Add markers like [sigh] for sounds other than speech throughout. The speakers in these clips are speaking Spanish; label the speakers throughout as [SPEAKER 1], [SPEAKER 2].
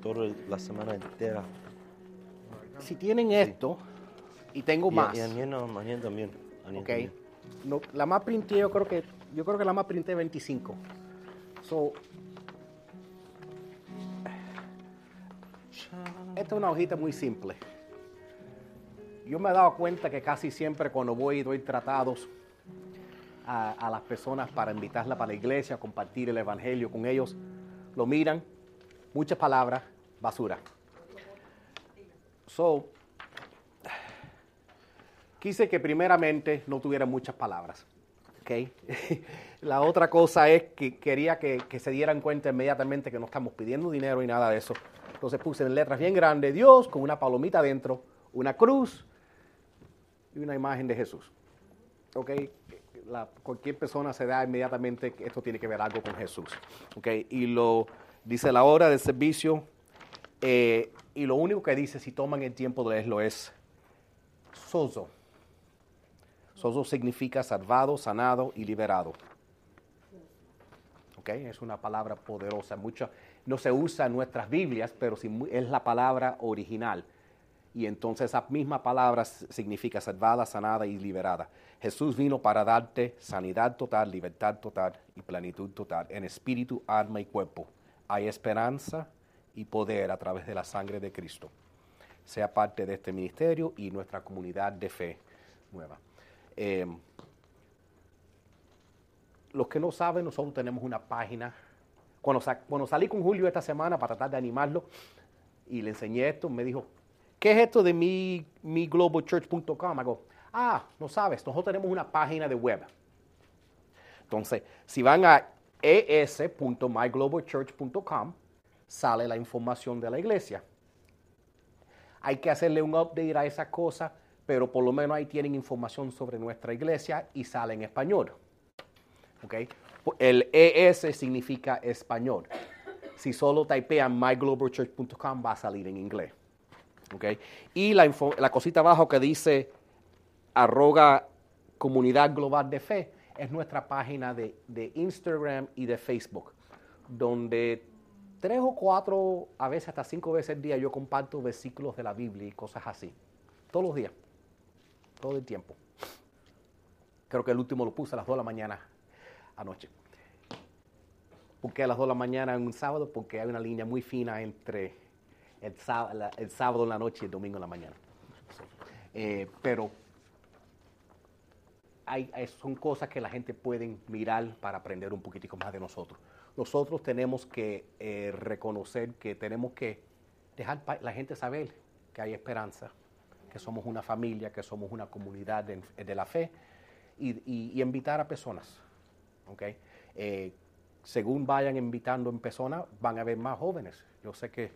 [SPEAKER 1] toda la semana entera.
[SPEAKER 2] Si tienen esto, y tengo
[SPEAKER 1] Y-
[SPEAKER 2] Oh, más,
[SPEAKER 1] Y, Aniel, no, Aniel también. Aniel
[SPEAKER 2] ok.
[SPEAKER 1] también.
[SPEAKER 2] No, la más printé, yo creo que, yo creo que la más printé 25. So, esta es una hojita muy simple. Yo me he dado cuenta que casi siempre cuando voy y doy tratados a, a las personas para invitarlas para la iglesia, compartir el evangelio con ellos, lo miran, muchas palabras, basura. So, quise que primeramente no tuviera muchas palabras. ¿ok? [laughs] la otra cosa es que quería que, que se dieran cuenta inmediatamente que no estamos pidiendo dinero y nada de eso. Entonces puse en letras bien grandes Dios con una palomita adentro, una cruz y una imagen de Jesús. ¿ok? La- cualquier persona se da inmediatamente que esto tiene que ver algo con Jesús. ¿ok? Y lo dice la hora del servicio. eh, y lo único que dice, si toman el tiempo de leerlo, es sozo. Sozo significa salvado, sanado y liberado. ¿Ok? Es una palabra poderosa. Mucho, no se usa en nuestras Biblias, pero sí mu- es la palabra original. Y entonces esa misma palabra s- significa salvada, sanada y liberada. Jesús vino para darte sanidad total, libertad total y plenitud total en espíritu, alma y cuerpo. Hay esperanza y poder a través de la sangre de Cristo sea parte de este ministerio y nuestra comunidad de fe nueva. Eh, los que no saben, nosotros tenemos una página. Cuando, sa- cuando salí con Julio esta semana para tratar de animarlo y le enseñé esto, me dijo, ¿qué es esto de mi, mi globalchurch.com? Hago, ah, no sabes, nosotros tenemos una página de web. Entonces, si van a es.myglobalchurch.com, sale la información de la iglesia hay que hacerle un update a esa cosa, pero por lo menos ahí tienen información sobre nuestra iglesia y sale en español. ¿Ok? El ES significa español. Si solo typean myglobalchurch.com va a salir en inglés. ¿Ok? Y la, info- la cosita abajo que dice arroga comunidad global de fe es nuestra página de, de Instagram y de Facebook, donde tres o cuatro, a veces hasta cinco veces al día yo comparto versículos de la Biblia y cosas así. Todos los días, todo el tiempo. Creo que el último lo puse a las 2 de la mañana anoche. ¿Por qué a las 2 de la mañana en un sábado? Porque hay una línea muy fina entre el, sá- la- el sábado en la noche y el domingo en la mañana. So, eh, pero hay- hay- son cosas que la gente puede mirar para aprender un poquitico más de nosotros. Nosotros tenemos que eh, reconocer que tenemos que dejar pa- la gente saber que hay esperanza, que somos una familia, que somos una comunidad de, eh, de la fe y, y- y invitar a personas. ¿ok? Eh, según vayan invitando en personas, van a haber más jóvenes. Yo sé que,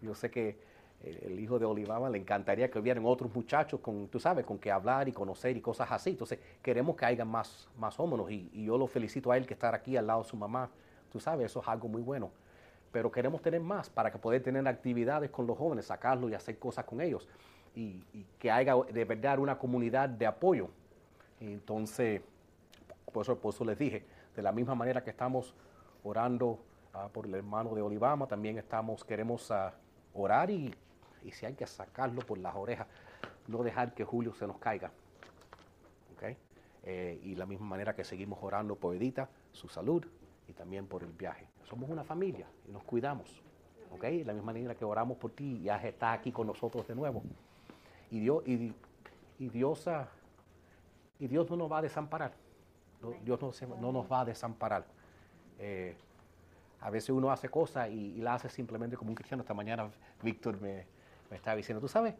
[SPEAKER 2] yo sé que el, el hijo de Olivaba le encantaría que hubieran otros muchachos con, tú sabes, con que hablar y conocer y cosas así. Entonces, queremos que haya más, más hombres y, y yo lo felicito a él que estar aquí al lado de su mamá. Tú sabes, eso es algo muy bueno. Pero queremos tener más para que poder tener actividades con los jóvenes, sacarlos y hacer cosas con ellos. Y, y que haya de verdad una comunidad de apoyo. Entonces, por eso, por eso les dije, de la misma manera que estamos orando ah, por el hermano de Olivama, también estamos, queremos ah, orar y, y si hay que sacarlo por las orejas, no dejar que Julio se nos caiga. ¿ok? Eh, y la misma manera que seguimos orando por Edita, su salud y también por el viaje. Somos una familia y nos cuidamos. ¿ok? La misma manera que oramos por ti, ya estás aquí con nosotros de nuevo. Y Dios, y, y Dios ah, y Dios no nos va a desamparar. No, Dios no, se- no nos va a desamparar. Eh, a veces uno hace cosas y, y la hace simplemente como un cristiano. Esta mañana Víctor me, me estaba diciendo, tú sabes,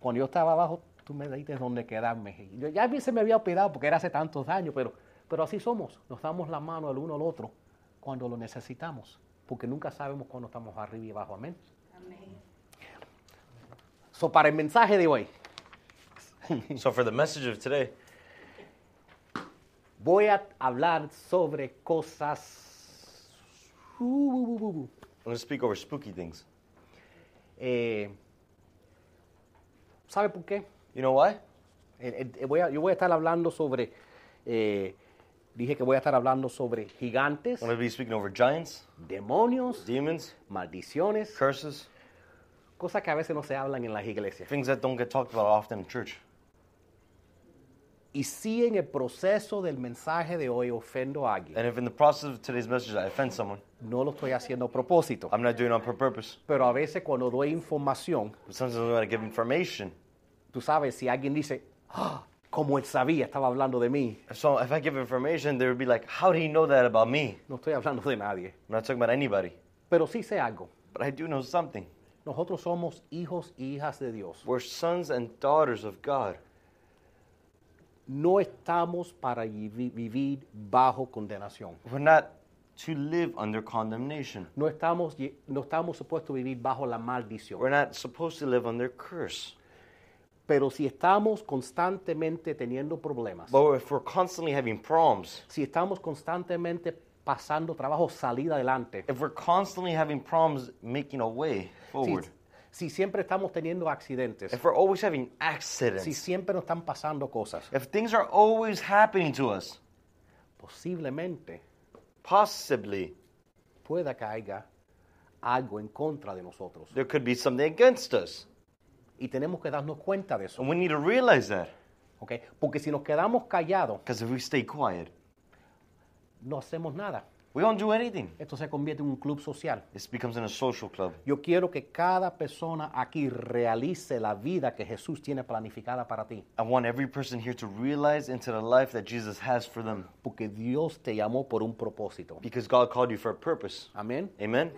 [SPEAKER 2] cuando yo estaba abajo, tú me dijiste dónde quedarme. Y yo, ya a mí se me había olvidado porque era hace tantos años, pero, pero así somos. Nos damos la mano el uno al otro cuando lo necesitamos, porque nunca sabemos cuándo estamos arriba y abajo. Amén. So, para el mensaje de hoy, [laughs]
[SPEAKER 1] So for the message of today,
[SPEAKER 2] Voy a hablar sobre cosas uh, uh, uh, uh, uh,
[SPEAKER 1] I'm going to speak over spooky things.
[SPEAKER 2] eh, ¿Sabe por qué?
[SPEAKER 1] You know why?
[SPEAKER 2] Eh, eh, voy a- yo voy a estar hablando sobre eh, Dije que voy a estar hablando sobre gigantes,
[SPEAKER 1] I'm going to be speaking over giants,
[SPEAKER 2] demonios,
[SPEAKER 1] demons,
[SPEAKER 2] maldiciones,
[SPEAKER 1] curses,
[SPEAKER 2] cosas que a veces no se hablan en las iglesias.
[SPEAKER 1] things that don't get talked about often in church.
[SPEAKER 2] Y si en el proceso del mensaje de hoy ofendo a alguien,
[SPEAKER 1] And if in the process of today's message I offend someone,
[SPEAKER 2] no lo estoy haciendo a propósito.
[SPEAKER 1] I'm not doing it on purpose.
[SPEAKER 2] Pero a veces cuando doy información,
[SPEAKER 1] But sometimes when "Oh, I give information,
[SPEAKER 2] tú sabes, si alguien dice, "Ah, como él sabía, estaba hablando de mí,
[SPEAKER 1] so if I give information, they would be like, how do you know that about me?
[SPEAKER 2] no estoy hablando de nadie.
[SPEAKER 1] I'm not talking about anybody.
[SPEAKER 2] Pero sí sé algo.
[SPEAKER 1] But I do know something.
[SPEAKER 2] Nosotros somos hijos e hijas de Dios.
[SPEAKER 1] We're sons and daughters of God.
[SPEAKER 2] No estamos para vivi- vivir bajo condenación.
[SPEAKER 1] We're not to live under condemnation.
[SPEAKER 2] No estamos, ye- no estamos supuestos a vivir bajo la maldición.
[SPEAKER 1] We're not supposed to live under curse.
[SPEAKER 2] Pero si estamos constantemente teniendo problemas,
[SPEAKER 1] But if we're constantly having problems,
[SPEAKER 2] si estamos constantemente pasando trabajo, salir adelante,
[SPEAKER 1] if we're constantly having problems making a way
[SPEAKER 2] si,
[SPEAKER 1] forward,
[SPEAKER 2] si siempre estamos teniendo accidentes,
[SPEAKER 1] if we're always having
[SPEAKER 2] si
[SPEAKER 1] accidents,
[SPEAKER 2] siempre nos están pasando cosas,
[SPEAKER 1] if things are always happening to us,
[SPEAKER 2] posiblemente
[SPEAKER 1] possibly
[SPEAKER 2] pueda que haya algo en contra de nosotros.
[SPEAKER 1] there could be something against us.
[SPEAKER 2] Y tenemos que darnos cuenta de eso.
[SPEAKER 1] And we need to realize that.
[SPEAKER 2] ¿ok? Porque si nos quedamos callados,
[SPEAKER 1] Because if we stay quiet,
[SPEAKER 2] no hacemos nada.
[SPEAKER 1] we don't do anything.
[SPEAKER 2] Esto se convierte en un club social.
[SPEAKER 1] This becomes in a social club.
[SPEAKER 2] Yo quiero que cada persona aquí realice la vida que Jesús tiene planificada para ti.
[SPEAKER 1] I want every person here to realize into the life that Jesus has for them.
[SPEAKER 2] Porque Dios te llamó por un propósito.
[SPEAKER 1] Because God called you for a purpose.
[SPEAKER 2] Amén.
[SPEAKER 1] Amen?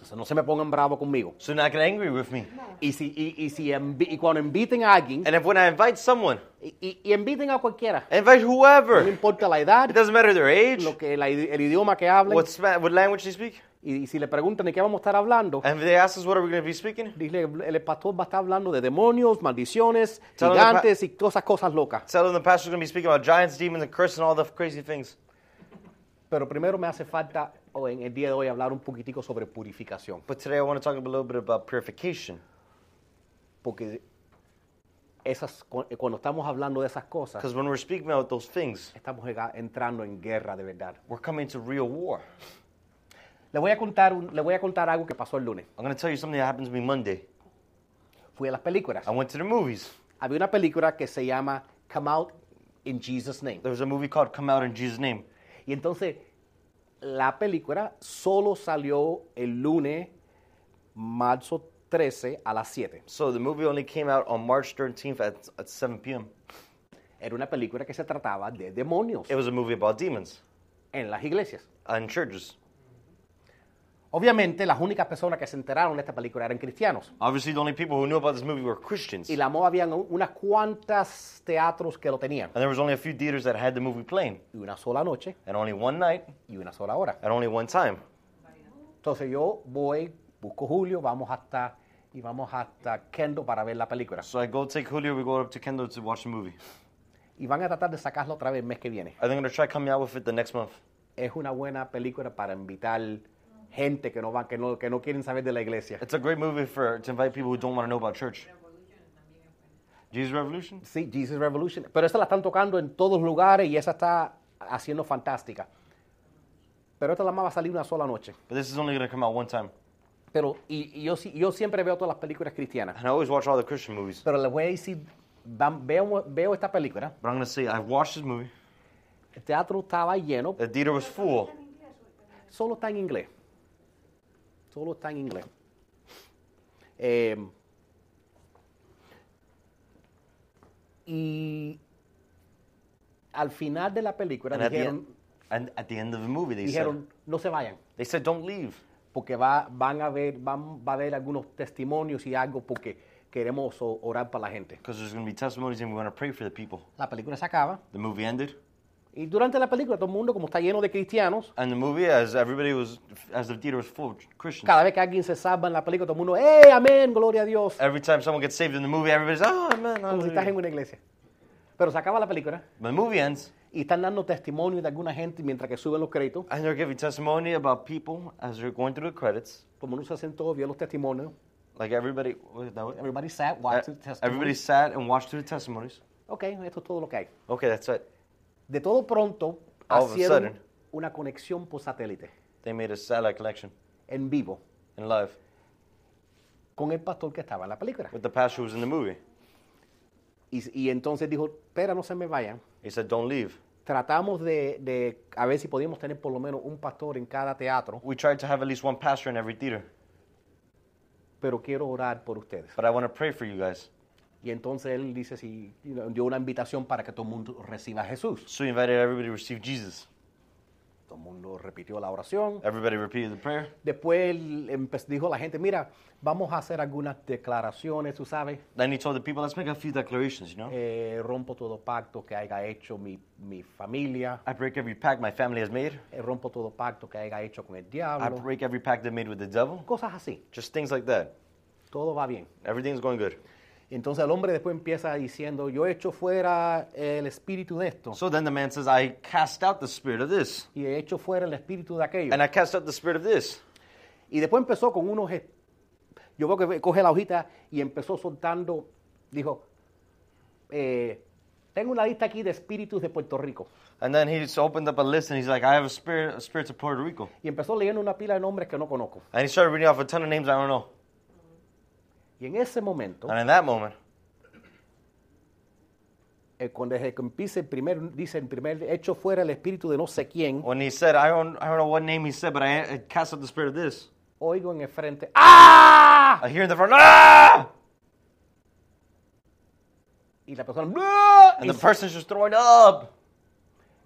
[SPEAKER 2] Entonces no se me pongan bravo conmigo.
[SPEAKER 1] So not get angry with me.
[SPEAKER 2] Y, si, y, y si envi- y cuando inviten a alguien,
[SPEAKER 1] And if when I invite someone,
[SPEAKER 2] y, y- y inviten a cualquiera,
[SPEAKER 1] I invite
[SPEAKER 2] no me
[SPEAKER 1] whoever.
[SPEAKER 2] importa la edad,
[SPEAKER 1] It doesn't matter their age,
[SPEAKER 2] lo que, la id- el idioma que hablen,
[SPEAKER 1] what, sma- what language they speak.
[SPEAKER 2] y, y si le preguntan de qué vamos a estar hablando,
[SPEAKER 1] And if they ask us what are we going to be speaking,
[SPEAKER 2] dile, el pastor va a estar hablando de demonios, maldiciones,
[SPEAKER 1] Tell them the
[SPEAKER 2] gigantes y todas esas cosas locas.
[SPEAKER 1] tell them the pastor's going to be speaking about giants, demons, and curse and all the crazy things.
[SPEAKER 2] Pero primero me hace falta o en el día de hoy hablar un poquitico sobre purificación.
[SPEAKER 1] But today I want to talk a little bit about purification.
[SPEAKER 2] Porque esas, cu- eh, cuando estamos hablando de esas cosas,
[SPEAKER 1] Because when we're speaking about those things,
[SPEAKER 2] estamos ega- entrando en guerra de verdad.
[SPEAKER 1] we're coming to real war.
[SPEAKER 2] Le voy a contar, un- le voy a contar algo que pasó el lunes.
[SPEAKER 1] I'm going to tell you something that happened to me Monday.
[SPEAKER 2] Fui a las películas.
[SPEAKER 1] I went to the movies.
[SPEAKER 2] Había una película que se llama Come Out in Jesus Name.
[SPEAKER 1] There was a movie called Come Out in Jesus' Name.
[SPEAKER 2] Y entonces la película solo salió el lunes, marzo 13 a las 7.
[SPEAKER 1] So the movie only came out on March 13th at, at 7 p.m.
[SPEAKER 2] Era una película que se trataba de demonios
[SPEAKER 1] It was a movie about demons
[SPEAKER 2] en las iglesias.
[SPEAKER 1] and churches.
[SPEAKER 2] Obviamente las únicas personas que se enteraron de esta película eran cristianos.
[SPEAKER 1] Obviously, the only people who knew about this movie were Christians.
[SPEAKER 2] Y
[SPEAKER 1] And
[SPEAKER 2] la MOA habían u- unas cuantas teatros que lo tenían.
[SPEAKER 1] there was only a few theaters that had the movie playing.
[SPEAKER 2] Y una sola noche
[SPEAKER 1] And only one night,
[SPEAKER 2] y una sola hora.
[SPEAKER 1] and only one time.
[SPEAKER 2] Entonces yo voy, busco Julio, vamos hasta y vamos hasta Kendo para ver la película.
[SPEAKER 1] So I go take Julio, we go up to Kendall to watch the movie.
[SPEAKER 2] Y van a tratar de sacarlo otra vez el mes que viene.
[SPEAKER 1] I think I'm going to try coming out with it the next month.
[SPEAKER 2] Es una buena película para invitar gente que no van, que no, que no quieren saber de la iglesia.
[SPEAKER 1] It's a great movie for to invite people who don't want to know about church. Jesus Revolution?
[SPEAKER 2] Sí, Jesus Revolution. Pero esa la están tocando en todos lugares y esa está haciendo fantástica. Pero esta la más va a salir una sola noche.
[SPEAKER 1] But this is only going to come out one time.
[SPEAKER 2] Pero, y, y yo, sí- yo siempre veo todas las películas cristianas.
[SPEAKER 1] And I always watch all the Christian movies.
[SPEAKER 2] Pero les voy a decir, van- veo, veo esta película.
[SPEAKER 1] But I'm going to say, I've watched this movie.
[SPEAKER 2] El teatro estaba lleno,
[SPEAKER 1] The theater was full.
[SPEAKER 2] solo está en inglés. Solo está en inglés. Eh, y al final de la película
[SPEAKER 1] And at, the
[SPEAKER 2] dijeron,
[SPEAKER 1] end, and at the end of the movie, they said,
[SPEAKER 2] dijeron, no se vayan,
[SPEAKER 1] they said, don't leave.
[SPEAKER 2] porque va, van a ver, van, va a haber algunos testimonios y algo porque queremos o- orar para la gente.
[SPEAKER 1] Because there's going to be testimonies and we want to pray for the people.
[SPEAKER 2] La película se acaba
[SPEAKER 1] The movie ended.
[SPEAKER 2] y durante la película todo el mundo, como está lleno de cristianos,
[SPEAKER 1] And the movie, as everybody was, as the theater was full of Christians.
[SPEAKER 2] cada vez que alguien se salva en la película, todo el mundo, ¡eh, amén, gloria a Dios!
[SPEAKER 1] Every time someone gets saved in the movie, everybody's, oh, man.
[SPEAKER 2] Como si estás en
[SPEAKER 1] hallelujah."
[SPEAKER 2] una iglesia. Pero se acaba la película
[SPEAKER 1] The movie ends.
[SPEAKER 2] y están dando testimonio de alguna gente mientras que suben los créditos.
[SPEAKER 1] And they're giving testimony about people as they're going through the credits.
[SPEAKER 2] Como no se sentó, vio los testimonios.
[SPEAKER 1] Like everybody, was that what?
[SPEAKER 2] Everybody sat,
[SPEAKER 1] Uh,
[SPEAKER 2] watched the testimony.
[SPEAKER 1] everybody sat and watched through the testimonies.
[SPEAKER 2] Ok, esto es todo lo que hay.
[SPEAKER 1] Okay, that's it.
[SPEAKER 2] De todo pronto
[SPEAKER 1] All of a
[SPEAKER 2] hicieron
[SPEAKER 1] sudden.
[SPEAKER 2] una conexión por satélite,
[SPEAKER 1] They made a satellite connection
[SPEAKER 2] en vivo,
[SPEAKER 1] in live
[SPEAKER 2] con el pastor que estaba en la película.
[SPEAKER 1] with the pastor who was in the movie.
[SPEAKER 2] Y, y entonces dijo, espera, no se me vayan.
[SPEAKER 1] He said, Don't leave.
[SPEAKER 2] Tratamos de, de a ver si podíamos tener por lo menos un pastor en cada teatro,
[SPEAKER 1] We tried to have at least one pastor in every theater,
[SPEAKER 2] pero quiero orar por ustedes.
[SPEAKER 1] but I want to pray for you guys.
[SPEAKER 2] Y entonces él dice, si dio una invitación para que todo el mundo reciba a Jesús.
[SPEAKER 1] So he invited everybody to receive Jesus.
[SPEAKER 2] Todo el mundo repitió la oración.
[SPEAKER 1] Everybody repeated the prayer.
[SPEAKER 2] Después él empe- dijo a la gente, mira, vamos a hacer algunas declaraciones, tú sabes,
[SPEAKER 1] Then he told the people, Let's make a few declarations, you know?
[SPEAKER 2] Eh, rompo todo pacto que haya hecho mi, mi familia,
[SPEAKER 1] I break every pact my family has made.
[SPEAKER 2] Eh, rompo todo pacto que haya hecho con el
[SPEAKER 1] I
[SPEAKER 2] diablo,
[SPEAKER 1] break every pact they made with the devil.
[SPEAKER 2] cosas así,
[SPEAKER 1] Just things like that.
[SPEAKER 2] todo va bien.
[SPEAKER 1] Everything's going good.
[SPEAKER 2] Entonces el hombre después empieza diciendo, yo echo fuera el espíritu de esto,
[SPEAKER 1] So then the man says, I cast out the spirit of this,
[SPEAKER 2] y he hecho fuera el espíritu de aquello.
[SPEAKER 1] and I cast out the spirit of this.
[SPEAKER 2] Y después empezó con unos, es- yo veo que coge la hojita y empezó soltando, dijo, eh, tengo una lista aquí de espíritus de Puerto Rico.
[SPEAKER 1] And then he just opened up a list, and he's like, I have a spirit, a spirits of Puerto Rico.
[SPEAKER 2] Y empezó leyendo una pila de nombres que no conozco.
[SPEAKER 1] And he started reading off a ton of names I don't know.
[SPEAKER 2] Y en ese momento,
[SPEAKER 1] And in that moment,
[SPEAKER 2] eh, cuando desde que empieza el primer, dice el primer hecho fuera el espíritu de no sé quién,
[SPEAKER 1] when he said, I don't, I don't know what name he said, but I, I cast out the spirit of this.
[SPEAKER 2] oigo en el frente, ¡Ah!
[SPEAKER 1] I hear in the front, ah!
[SPEAKER 2] Y la persona, "Ah",
[SPEAKER 1] And the person's just throwing up.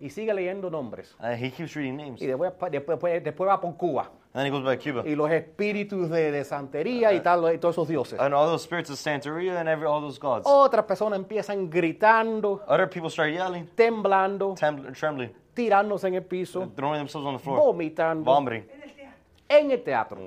[SPEAKER 2] y, y sigue leyendo nombres.
[SPEAKER 1] And he keeps reading names.
[SPEAKER 2] Y después, después, después- después va por Cuba.
[SPEAKER 1] And then he goes back to Cuba.
[SPEAKER 2] Y los espíritus de, de santería y tal, y todos esos dioses.
[SPEAKER 1] And all those spirits of Santeria and every, all those gods.
[SPEAKER 2] Otras personas empiezan gritando,
[SPEAKER 1] Other people start yelling,
[SPEAKER 2] temblando,
[SPEAKER 1] tam- trembling,
[SPEAKER 2] tirándose en el piso,
[SPEAKER 1] throwing themselves on the floor,
[SPEAKER 2] vomitando
[SPEAKER 1] vomiting.
[SPEAKER 2] en el teatro.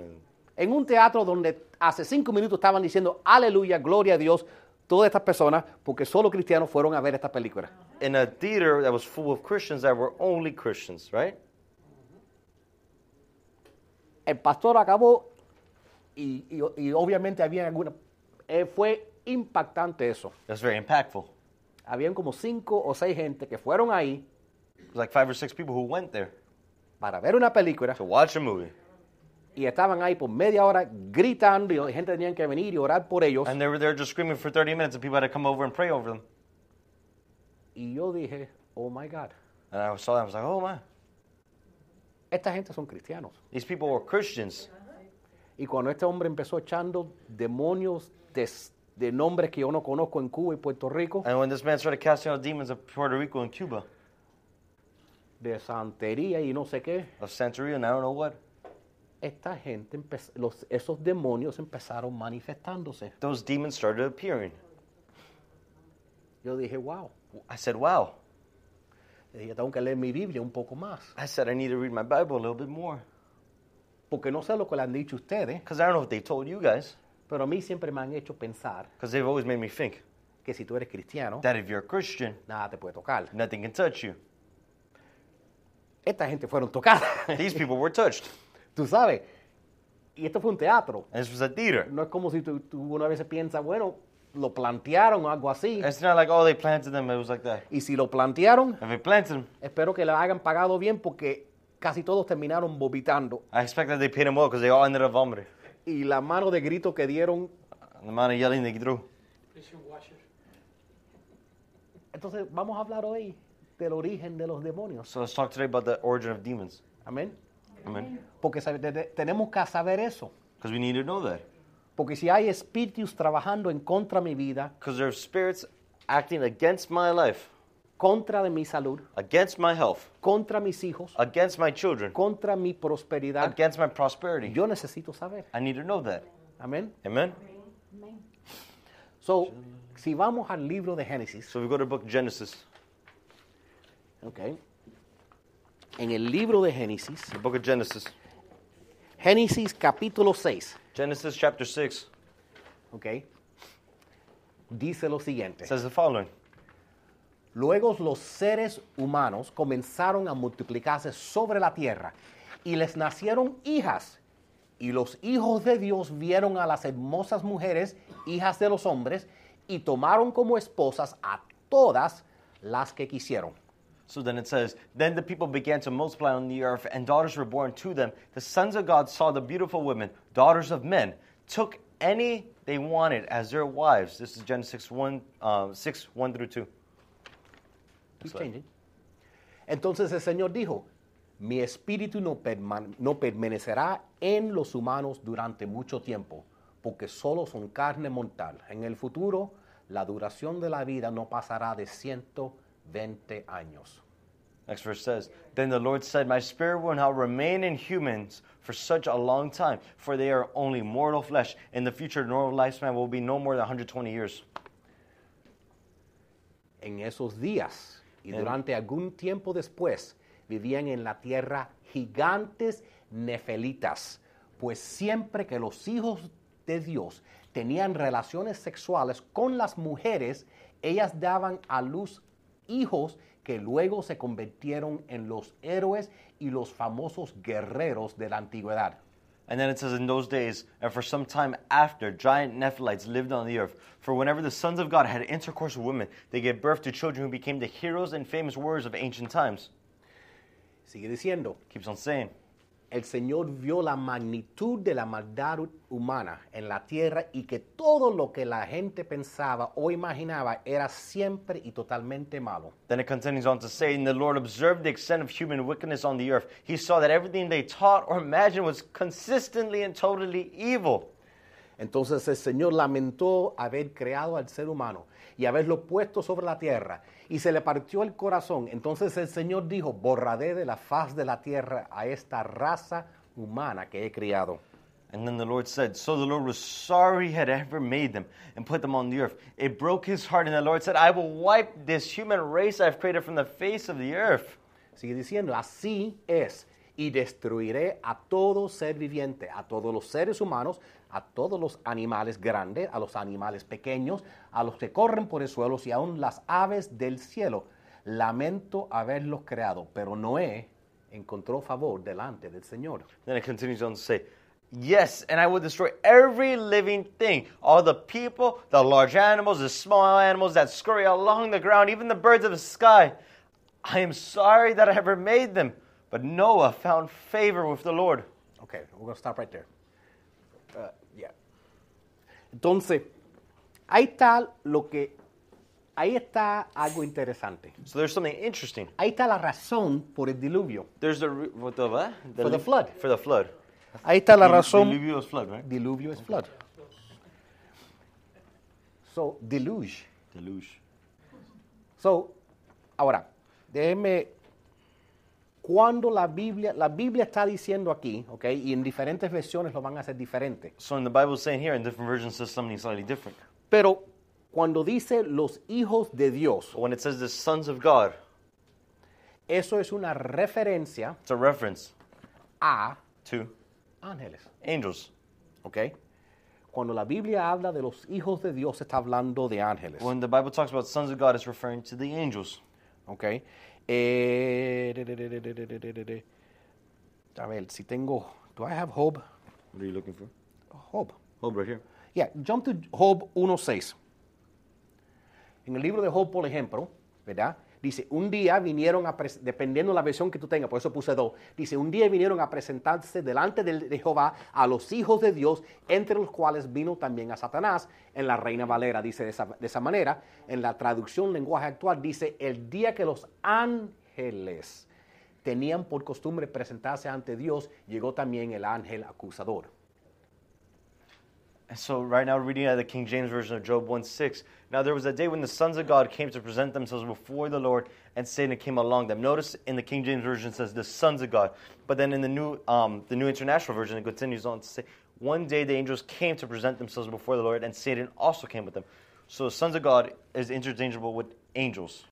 [SPEAKER 2] En un teatro donde hace cinco minutos estaban diciendo aleluya, gloria a Dios, todas estas personas, porque solo cristianos fueron a ver esta película.
[SPEAKER 1] In a theater that was full of Christians that were only Christians, right?
[SPEAKER 2] El pastor acabó y, y- y obviamente había alguna... eh, fue impactante eso.
[SPEAKER 1] That's very impactful.
[SPEAKER 2] Habían como cinco o seis gente que fueron ahí
[SPEAKER 1] It was like five or six people who went there
[SPEAKER 2] para ver una película
[SPEAKER 1] to watch a movie.
[SPEAKER 2] y estaban ahí por media hora gritando y la gente tenía que venir y orar por ellos.
[SPEAKER 1] And they were there just screaming for 30 minutes, and people had to come over and pray over them.
[SPEAKER 2] Y yo dije, oh my God,
[SPEAKER 1] And I saw them, I was like, oh my,
[SPEAKER 2] esta gente son cristianos.
[SPEAKER 1] these people were Christians.
[SPEAKER 2] Y cuando este hombre empezó echando demonios de, de nombres que yo no conozco en Cuba y Puerto Rico,
[SPEAKER 1] And when this man started casting out demons of Puerto Rico and Cuba,
[SPEAKER 2] de santería y no sé qué,
[SPEAKER 1] of Santeria, and I don't know what,
[SPEAKER 2] esta gente, empe- los, esos demonios empezaron manifestándose.
[SPEAKER 1] those demons started appearing.
[SPEAKER 2] Yo dije, wow,
[SPEAKER 1] I said, wow.
[SPEAKER 2] yo dije, tengo que leer mi Biblia un poco más,
[SPEAKER 1] I said, I need to read my Bible a little bit more.
[SPEAKER 2] porque no sé lo que le han dicho ustedes,
[SPEAKER 1] Because I don't know if they told you guys,
[SPEAKER 2] pero a mí siempre me han hecho pensar
[SPEAKER 1] because they've always made me think
[SPEAKER 2] que si tú eres cristiano,
[SPEAKER 1] that if you're a Christian,
[SPEAKER 2] nada te puede tocar.
[SPEAKER 1] nothing can touch you.
[SPEAKER 2] Esta gente fueron tocadas, [laughs]
[SPEAKER 1] These people were touched.
[SPEAKER 2] tú sabes. Y esto fue un teatro.
[SPEAKER 1] And this was a theater.
[SPEAKER 2] No es como si tú, tú una vez piensas, bueno, lo plantearon o algo así.
[SPEAKER 1] It's not like, oh, they planted them. It was like that.
[SPEAKER 2] Y si lo plantearon,
[SPEAKER 1] If they planted them,
[SPEAKER 2] espero que lo hayan pagado bien porque casi todos terminaron vomitando.
[SPEAKER 1] I expect that they paid them well because they all ended up vomiting.
[SPEAKER 2] Y la mano de grito que dieron.
[SPEAKER 1] The amount of yelling they threw.
[SPEAKER 2] Entonces vamos a hablar hoy del origen de los demonios.
[SPEAKER 1] So let's talk today about the origin of demons.
[SPEAKER 2] Amén.
[SPEAKER 1] Amen.
[SPEAKER 2] Porque sabe- de- de- tenemos que saber eso.
[SPEAKER 1] Because we need to know that.
[SPEAKER 2] Porque si hay espíritus trabajando en contra de mi vida,
[SPEAKER 1] Because there are spirits acting against my life,
[SPEAKER 2] contra de mi salud,
[SPEAKER 1] against my health,
[SPEAKER 2] contra mis hijos,
[SPEAKER 1] against my children,
[SPEAKER 2] contra mi prosperidad,
[SPEAKER 1] against my prosperity.
[SPEAKER 2] yo necesito saber.
[SPEAKER 1] I need to know that.
[SPEAKER 2] Amén.
[SPEAKER 1] Amen?
[SPEAKER 2] So, si vamos al libro de Génesis,
[SPEAKER 1] So we go to book Genesis.
[SPEAKER 2] ok, en el libro de Génesis,
[SPEAKER 1] The book of Genesis.
[SPEAKER 2] Génesis capítulo 6,
[SPEAKER 1] Genesis chapter 6
[SPEAKER 2] ¿ok? Dice lo siguiente.
[SPEAKER 1] says the following.
[SPEAKER 2] Luego los seres humanos comenzaron a multiplicarse sobre la tierra y les nacieron hijas. Y los hijos de Dios vieron a las hermosas mujeres, hijas de los hombres, y tomaron como esposas a todas las que quisieron.
[SPEAKER 1] So then it says, Then the people began to multiply on the earth, and daughters were born to them. The sons of God saw the beautiful women, daughters of men, took any they wanted as their wives. This is Genesis 1, uh, 6, 1 through 2.
[SPEAKER 2] Keep changing. Entonces el Señor dijo, mi espíritu no, perman- no permanecerá en los humanos durante mucho tiempo, porque solo son carne mortal. En el futuro, la duración de la vida no pasará de 120 años.
[SPEAKER 1] Next verse says, Then the Lord said, My spirit will now remain in humans for such a long time, for they are only mortal flesh. In the future, normal lifespan will be no more than 120 years.
[SPEAKER 2] En esos días y
[SPEAKER 1] En-
[SPEAKER 2] durante algún tiempo después, vivían en la tierra gigantes nefelitas, pues siempre que los hijos de Dios tenían relaciones sexuales con las mujeres, ellas daban a luz hijos que luego se convirtieron en los héroes y los famosos guerreros de la antigüedad.
[SPEAKER 1] And then it says, In those days, and for some time after, giant Nephilites lived on the earth. For whenever the sons of God had intercourse with women, they gave birth to children who became the heroes and famous warriors of ancient times.
[SPEAKER 2] Sigue diciendo,
[SPEAKER 1] Keeps on saying.
[SPEAKER 2] el Señor vio la magnitud de la maldad hu- humana en la tierra y que todo lo que la gente pensaba o imaginaba era siempre y totalmente malo.
[SPEAKER 1] Then it continues on to say, And the Lord observed the extent of human wickedness on the earth. He saw that everything they taught or imagined was consistently and totally evil.
[SPEAKER 2] Entonces el Señor lamentó haber creado al ser humano y haberlo puesto sobre la tierra y se le partió el corazón. Entonces el Señor dijo, borraré de la faz de la tierra a esta raza humana que he criado.
[SPEAKER 1] And then the Lord said, So the Lord was sorry he had ever made them and put them on the earth. It broke his heart, and the Lord said, I will wipe this human race I've created from the face of the earth.
[SPEAKER 2] Sigue diciendo, así es, y destruiré a todo ser viviente, a todos los seres humanos, a todos los animales grandes, a los animales pequeños, a los que corren por el suelo y aún las aves del cielo. Lamento haberlos creado, pero Noé encontró favor delante del Señor.
[SPEAKER 1] Then it continues on to say, Yes, and I will destroy every living thing, all the people, the large animals, the small animals that scurry along the ground, even the birds of the sky. I am sorry that I ever made them. But Noah found favor with the Lord.
[SPEAKER 2] Okay, we're gonna stop right there. Uh, yeah. Entonces, ahí está lo que, ahí está algo interesante.
[SPEAKER 1] So there's something interesting.
[SPEAKER 2] Ahí está la razón por el diluvio.
[SPEAKER 1] There's the, re- what the, what?
[SPEAKER 2] For the flood.
[SPEAKER 1] For the flood.
[SPEAKER 2] Ahí está la
[SPEAKER 1] Dilu-
[SPEAKER 2] razón.
[SPEAKER 1] Diluvio is flood, right?
[SPEAKER 2] Diluvio es flood. So, deluge.
[SPEAKER 1] Deluge.
[SPEAKER 2] So, ahora, déjeme. Cuando la Biblia, la Biblia está diciendo aquí, ok, y en diferentes versiones lo van a hacer diferente,
[SPEAKER 1] So in the Bible, it's saying here, in different versions, it says something slightly different.
[SPEAKER 2] pero cuando dice los hijos de Dios,
[SPEAKER 1] But when it says the sons of God,
[SPEAKER 2] eso es una referencia
[SPEAKER 1] it's a reference
[SPEAKER 2] a
[SPEAKER 1] to
[SPEAKER 2] ángeles,
[SPEAKER 1] angels.
[SPEAKER 2] ok. Cuando la Biblia habla de los hijos de Dios, está hablando de ángeles.
[SPEAKER 1] When the Bible talks about sons of God, it's referring to the angels.
[SPEAKER 2] ¿ok? Eh, de- de- de- de- de- de- de- de- de- de. A ver, si tengo, do I have Job?
[SPEAKER 1] What are you looking for?
[SPEAKER 2] Job.
[SPEAKER 1] Hold right here.
[SPEAKER 2] Yeah, jump to Job 1.6. En el libro de Job, por ejemplo, ¿verdad? Dice, un día vinieron a, pres- dependiendo la versión que tú tengas, por eso puse dos, dice, un día vinieron a presentarse delante de, de Jehová a los hijos de Dios, entre los cuales vino también a Satanás. En la Reina Valera dice de esa, de esa manera, en la traducción lenguaje actual dice, el día que los ángeles tenían por costumbre presentarse ante Dios, llegó también el ángel acusador.
[SPEAKER 1] And so right now, reading out of the King James Version of Job 1 6. Now there was a day when the sons of God came to present themselves before the Lord, and Satan came along them. Notice in the King James Version it says the sons of God. But then in the New, um, the New International Version, it continues on to say, One day the angels came to present themselves before the Lord, and Satan also came with them. So sons of God is interchangeable with angels.